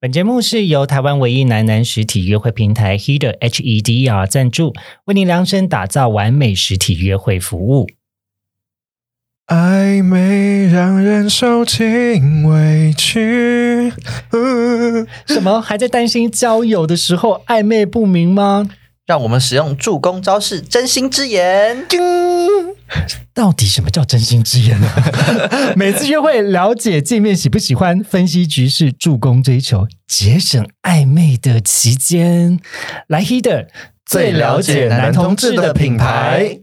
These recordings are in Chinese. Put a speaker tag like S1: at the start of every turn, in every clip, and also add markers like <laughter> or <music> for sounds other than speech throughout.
S1: 本节目是由台湾唯一男男实体约会平台 Heder H E D E R 赞助，为您量身打造完美实体约会服务。
S2: 暧昧让人受尽委屈。嗯
S1: 什么？还在担心交友的时候暧昧不明吗？
S3: 让我们使用助攻招式，真心之言。
S1: 到底什么叫真心之言呢、 <laughs> 每次约会了解见面喜不喜欢，分析局势，助攻追求，节省暧昧的期间。来 Heder 最了解男同志的品牌。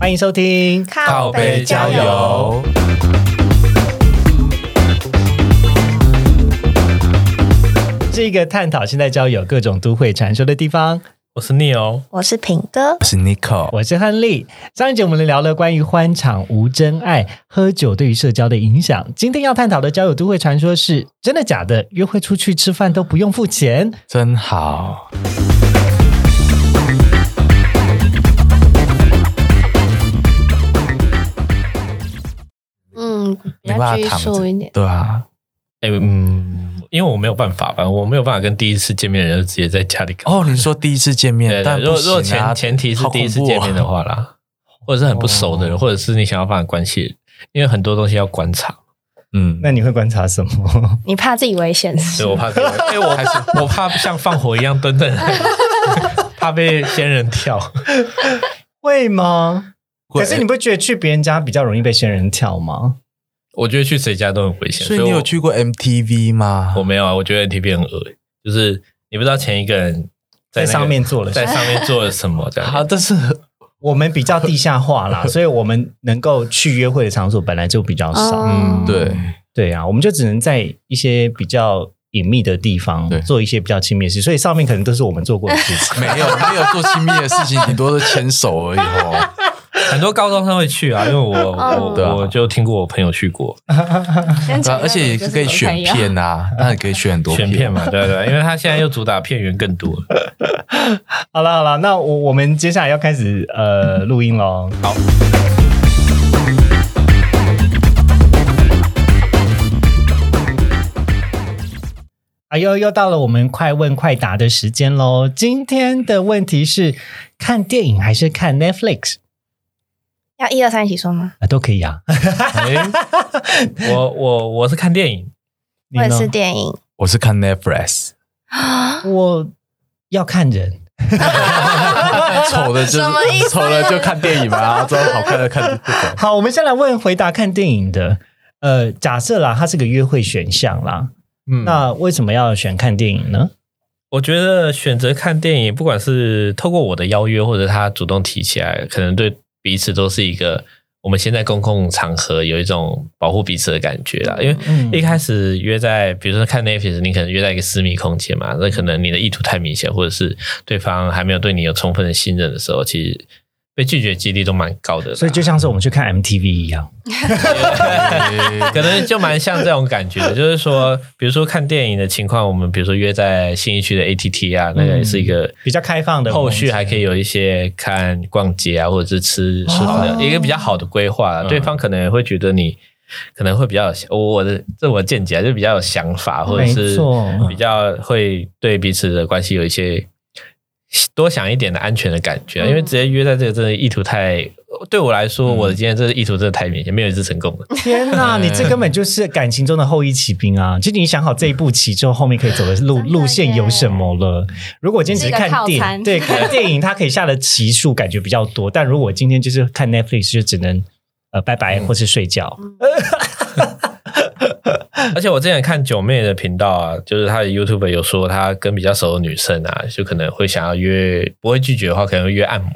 S1: 欢迎收听。
S2: 靠背交友。
S1: 是一个探讨现在交友各种都会传说的地方。
S4: 我是 Neil，
S5: 我是品哥，
S2: 我是 Nico，
S1: 我是亨利。上一节我们聊了关于欢场无真爱、喝酒对于社交的影响。今天要探讨的交友都会传说是真的假的？约会出去吃饭都不用付钱？
S2: 真好。
S5: 嗯，比
S2: 没
S5: 较
S2: 办
S5: 拘
S2: 法躺
S5: 束
S2: 着
S5: 一点。
S4: 嗯
S2: 对啊，
S4: 哎、嗯，因为我没有办法吧，我没有办法跟第一次见面的人就直接在家里搞。
S2: 哦，你说第一次见
S4: 对对
S2: 面，但
S4: 对如
S2: 不
S4: 果如果
S2: 行啊
S4: 前前提是第一次见面的，
S2: 好恐怖哦哦
S4: 话啦，或者是很不熟的人，或者是你想要发展关系，因为很多东西要观察，
S2: 嗯，
S1: 那你会观察什么？
S5: 你怕自己危险？
S4: 所以我怕被，因为我我怕像放火一样蹲在那里， <laughs> 怕被仙人跳。
S1: 会吗？
S2: 会
S1: 可是你不觉得去别人家比较容易被仙人跳吗？
S4: 我觉得去谁家都很危险，
S2: 所以你
S4: 我
S2: 有去过 MTV 吗？
S4: 我没有啊，我觉得 T P 很恶，就是你不知道前一个人在,、
S1: 在上面做了什
S4: 在
S1: 么
S4: 上面做了什么，这样
S2: 啊，但是
S1: 我们比较地下化啦，所以我们能够去约会的场所本来就比较少。
S5: 嗯，
S2: 对，
S1: 对啊，我们就只能在一些比较隐秘的地方
S2: 对
S1: 做一些比较亲密的事，所以上面可能都是我们做过的事情。
S2: <laughs>
S6: <laughs>
S2: 没有没有做亲密的事情，顶多是牵手而已
S5: <laughs>
S2: 哦。
S4: 很多高中生会去啊，因为我
S5: 嗯
S2: 对啊
S4: 我我就听过我朋友去过
S5: 先承认
S2: 啊而且也
S5: 我就是
S2: 可以
S5: 你的
S2: 选
S5: 朋友，
S2: 片啊，那你可以选很多
S4: 选
S2: <laughs>
S4: 片嘛，对对，因为他现在又主打片源更多。
S1: 好了好了，那我我们接下来要开始呃录音喽。好。哎呦，又到了我们快问快答的时间喽！今天的问题是看电影还是看 Netflix
S5: 要一二三一起说吗？
S1: 啊？都可以啊。 <laughs>
S4: 哎我我我是看电影，
S1: 你
S5: 我也
S1: 呢
S5: 是电影
S2: 我是看
S5: <laughs>
S2: Netflix，哦
S5: 啊，
S1: 我要看人。
S2: 丑的就
S5: 什么意思
S2: 丑的就看电影吧，之后好看的看不
S6: <laughs>
S2: 懂。
S1: 好，我们先来问回答看电影的。呃，假设啦，它是个约会选项啦，
S4: 嗯，
S1: 那为什么要选看电影呢？
S4: 我觉得选择看电影，不管是透过我的邀约，或者他主动提起来，可能对彼此都是一个我们现在公共场合有一种保护彼此的感觉啦。因为
S1: 嗯
S4: 一开始约在，比如说看 Netflix，你可能约在一个私密空间嘛，那可能你的意图太明显，或者是对方还没有对你有充分的信任的时候，其实被拒绝几率都蛮高的啦。
S1: 所以就像是我们去看 MTV 一样，
S2: 嗯哎
S4: 可能就蛮像这种感觉的，就是说，比如说看电影的情况，我们比如说约在信义区的 ATT 啊，那个也是一个
S1: 比较开放的空间
S4: 后续还可以有一些看逛街啊，或者是吃吃饭的、
S1: 哦
S4: 一个比较好的规划啊、
S2: 嗯
S4: 对方可能也会觉得你可能会比较有我我的这我见解啊，就比较有想法，或者
S1: 没
S4: 是
S1: 错
S4: 比较会对彼此的关系有一些多想一点的安全的感觉啊、
S5: 嗯
S4: 因为直接约在这个真的意图太。对我来说，
S1: 嗯
S4: 我今天这个意图真的太明显，没有一次成功的。
S1: 天哪，
S4: <laughs>
S1: 你这根本就是感情中的后羿骑兵啊！就你想好这一步棋之后，后面可以走的路
S5: 真的耶
S1: 路线有什么了？如果今天只是看
S5: 是一个套
S1: 电影，
S5: 餐
S1: 对，看电影它可以下的棋数感觉比较多，但如果今天就是看 Netflix，就只能呃拜
S4: 嗯
S1: 拜或是睡觉。
S5: 嗯
S4: <laughs> 而且我之前看九妹的频道啊，就是她的 YouTube 有说，她跟比较熟的女生啊，就可能会想要约，不会拒绝的话，可能会约按摩。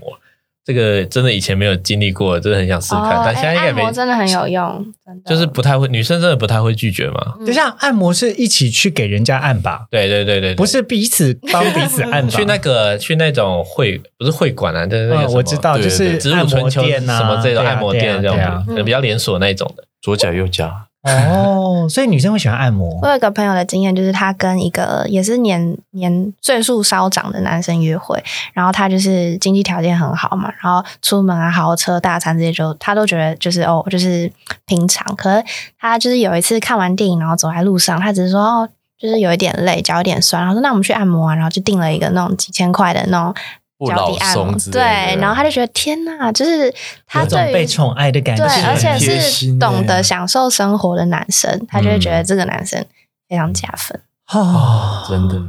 S4: 这个真的以前没有经历过，真的很想试试看，
S5: 哦
S4: 但现在应
S5: 哎
S4: 该
S5: 按
S4: 没
S5: 摩，真的很有用，真的
S4: 就是不太会，女生真的不太会拒绝嘛。
S1: 等一下，按摩是一起去给人家按吧？
S4: 对对对对对
S1: 不是彼此帮彼此按吧？
S4: <laughs> 去那个去那种会不是会馆啊，就是那
S1: 嗯
S4: 个什么、
S1: 我知道，
S2: 对
S1: 就
S2: 对
S1: 是
S4: 植
S1: 按摩
S4: 物春秋
S1: 店啊，
S4: 什么这种
S1: 对啊
S4: 按摩
S1: 对啊
S4: 店这
S1: 对
S4: 种，
S1: 啊
S4: 可能比较连锁那一种的。
S2: 左脚右脚，
S1: 哦，哦，所以女生会喜欢按摩
S5: 我，有一个朋友的经验，就是他跟一个也是年年岁数稍长的男生约会，然后他就是经济条件很好嘛，然后出门啊、豪车、大餐这些就他都觉得就是哦，就是平常。可是他就是有一次看完电影，然后走在路上，他只是说哦，就是有一点累，脚有点酸，然后说那我们去按摩啊，然后就订了一个那种几千块的那种。
S6: 不
S5: 脚
S6: 老
S5: 底按摩
S6: 松之类
S5: 对
S6: 的，
S2: <sighs>
S5: 然后他就觉得天呐，就是 <laughs> 他
S1: 有种
S5: 对于
S1: 被宠爱的感觉，
S5: 对，而且
S6: 贴心
S5: 是
S6: 耶
S5: 懂得享受生活的男生，他就会觉得这个男生非常加分。
S1: 哦，
S6: 真的，如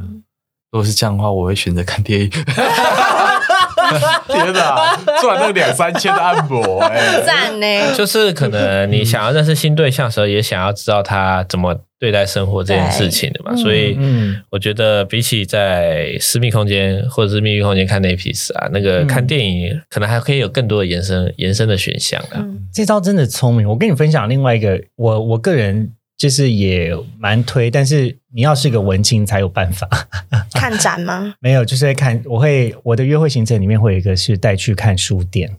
S6: 果是这样的话，我会选择看电影。天哪，赚那两三千的按摩、哎，
S5: <laughs> 赞呢、
S1: 嗯
S4: 就是可能你想要认识新对象的时候，也想要知道他怎么对待生活这件事情的嘛。
S5: 对
S4: 所以
S1: 嗯，
S4: 我觉得比起在私密空间或者是密闭空间看 A P S 啊，那个
S1: 嗯
S4: 看电影可能还可以有更多的延伸延伸的选项啊。
S5: 嗯，
S1: 这招真的聪明。我跟你分享另外一个，我我个人就是也蛮推，但是你要是个文青才有办法。 <laughs>
S5: 看展吗？
S1: 没有，就是会看，我会我的约会行程里面会有一个是带去看书店，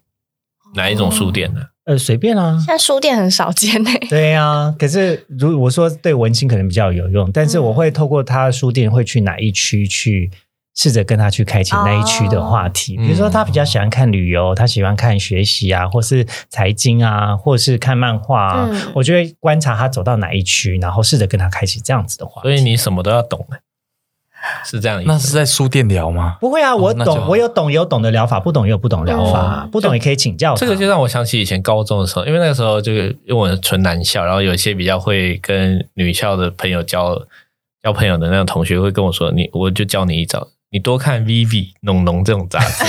S4: 哪一种书店啊呢？
S1: 呃，随便啦、
S5: 现在书店很少见呢、
S1: 对呀、可是如我说对文青可能比较有用，但是我会透过他的书店会去哪一区去试着跟他去开启那一区的话题，
S6: 哦
S1: 比如说他比较喜欢看旅游，他喜欢看学习啊，或是财经啊，或是看漫画啊，
S5: 嗯
S1: 我就会观察他走到哪一区，然后试着跟他开启这样子的话题。
S4: 所以你什么都要懂的，是这样的意思吗。
S6: 那是在书店聊吗？
S1: 不会啊，我
S6: 那就
S1: 懂，
S6: 好
S1: 我有懂也有懂的疗法，不懂也有不懂的疗法，
S4: 哦
S1: 不懂也可以请教他。
S4: 这个就让我想起以前高中的时候，因为那个时候这个因为我纯男校，然后有一些比较会跟女校的朋友交交朋友的那种同学会跟我说：“你我就教你一招，你多看 Vivi、农农这种杂志。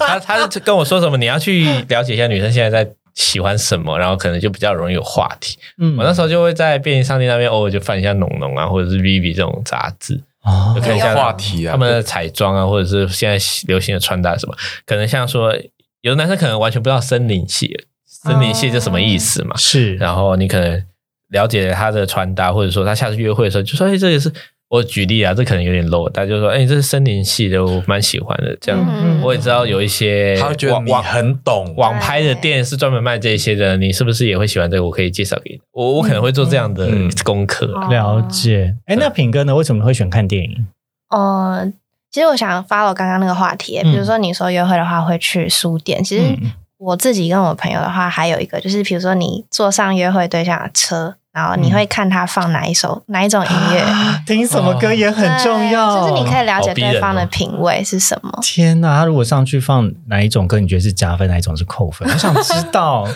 S4: 他”他是跟我说什么？你要去了解一下女生现在在喜欢什么，然后可能就比较容易有话题。
S1: 嗯
S4: 我那时候就会在便利商店那边偶尔就翻一下农农啊，或者是 Vivi 这种杂志。
S1: 哦
S4: 就看一下
S6: 话题啊
S4: 他们的彩妆啊，或者是现在流行的穿搭什么，可能像说，有的男生可能完全不知道森林系，森林系是什么意思嘛？
S1: 是
S4: 然后你可能了解他的穿搭，或者说他下次约会的时候就说，哎，这也是我举例啊，这可能有点 low，大家就说，哎，这是森林系的，我蛮喜欢的。这样，
S5: 嗯
S4: 我也知道有一些
S6: 他会觉得
S4: 网
S6: 你
S4: 网
S6: 很懂，
S4: 网拍的店是专门卖这些的，你是不是也会喜欢这个？我可以介绍给你，我我可能会做这样的
S6: 嗯嗯
S4: 功课啊。
S1: 了解。哎，那品哥呢？为什么会选看电影？
S5: 哦、呃，其实我想 follow 刚刚那个话题、
S1: 嗯
S5: 比如说你说约会的话会去书店，其实
S1: 嗯
S5: 我自己跟我朋友的话，还有一个就是，比如说你坐上约会对象的车，然后你会看他放哪一首、哪一种音乐。
S1: 听什么歌也啊很重要，
S5: 对就是你可以了
S4: 好
S5: 解
S4: 逼人哦
S5: 对方的品味是什么。
S1: 天哪！他如果上去放哪一种歌，你觉得是加分，哪一种是扣 <laughs> 分？我想知道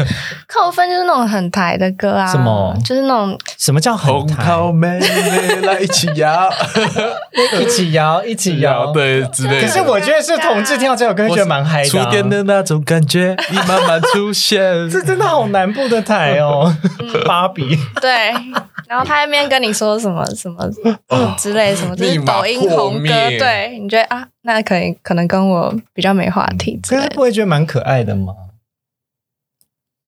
S5: 扣分就是那种很台的歌啊，
S1: 什么
S5: 就是那种
S1: 什么叫很
S6: 红桃
S1: 台，
S6: 妹妹来一起摇
S1: <laughs> 一起摇，一起
S6: 摇，
S1: 摇。
S6: 对之类的。
S1: 可是我觉得是同志听到这首歌会觉得蛮嗨的、
S6: 触
S1: 啊，
S6: 电的那种感
S1: <laughs>
S6: 觉已慢慢出现。
S1: 这真的好南部的台哦， <laughs>
S6: <laughs>
S1: 芭比。
S5: 嗯对，然后他在那边跟你说什么什么嗯之类什么，就是
S6: 哦立马
S5: 抖音
S6: 破
S5: 红歌
S6: 灭，
S5: 对，你觉得啊，那可以可能跟我比较没话题之
S1: 可
S5: 类
S1: 是
S6: 嗯
S5: 的。
S1: 不会觉得蛮可爱的吗？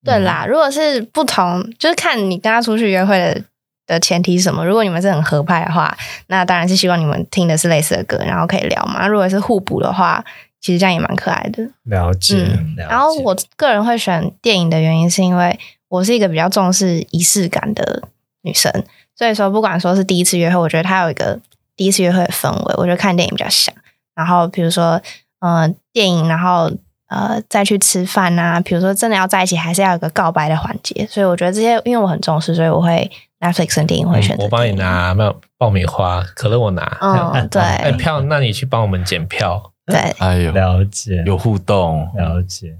S5: 对啦，如果是不同，就是看你跟他出去约会的。的前提是什么？如果你们是很合拍的话，那当然是希望你们听的是类似的歌，然后可以聊嘛。如果是互补的话，其实这样也蛮可爱的。
S1: 了解，
S5: 嗯
S1: 了解
S5: 然后我个人会选电影的原因，是因为我是一个比较重视仪式感的女生，所以说不管说是第一次约会，我觉得它有一个第一次约会的氛围，我觉得看电影比较像。然后比如说，呃，电影，然后呃，再去吃饭啊，比如说真的要在一起，还是要有一个告白的环节。所以我觉得这些，因为我很重视，所以我会 Netflix 跟电影会选择、
S4: 嗯我帮你。拿爆爆米花，可乐我拿。
S5: 嗯，对
S4: 哎，票，那你去帮我们检票。
S5: 对，
S6: 哎呦，
S1: 了解，
S6: 有互动，
S1: 了解。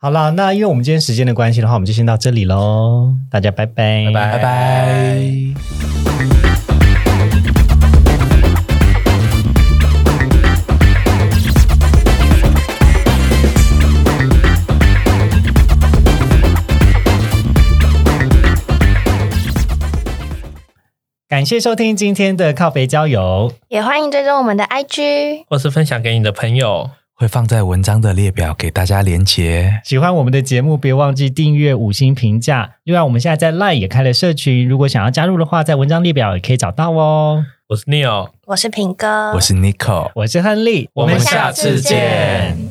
S1: 好啦，那因为我们今天时间的关系的话，我们就先到这里喽，大家拜拜，
S4: 拜拜
S6: 拜拜。
S1: 感谢收听今天的靠北交友，
S5: 也欢迎追踪我们的 IG。
S4: 或是分享给你的朋友。
S6: 会放在文章的列表给大家连结。
S1: 喜欢我们的节目，别忘记订阅、五星评价。另外，我们现在在 LINE 也开了社群，如果想要加入的话，在文章列表也可以找到哦。
S4: 我是 Neil，
S5: 我是品哥，
S6: 我是 Nico，
S1: 我是亨利，
S4: 我们
S5: 下次见。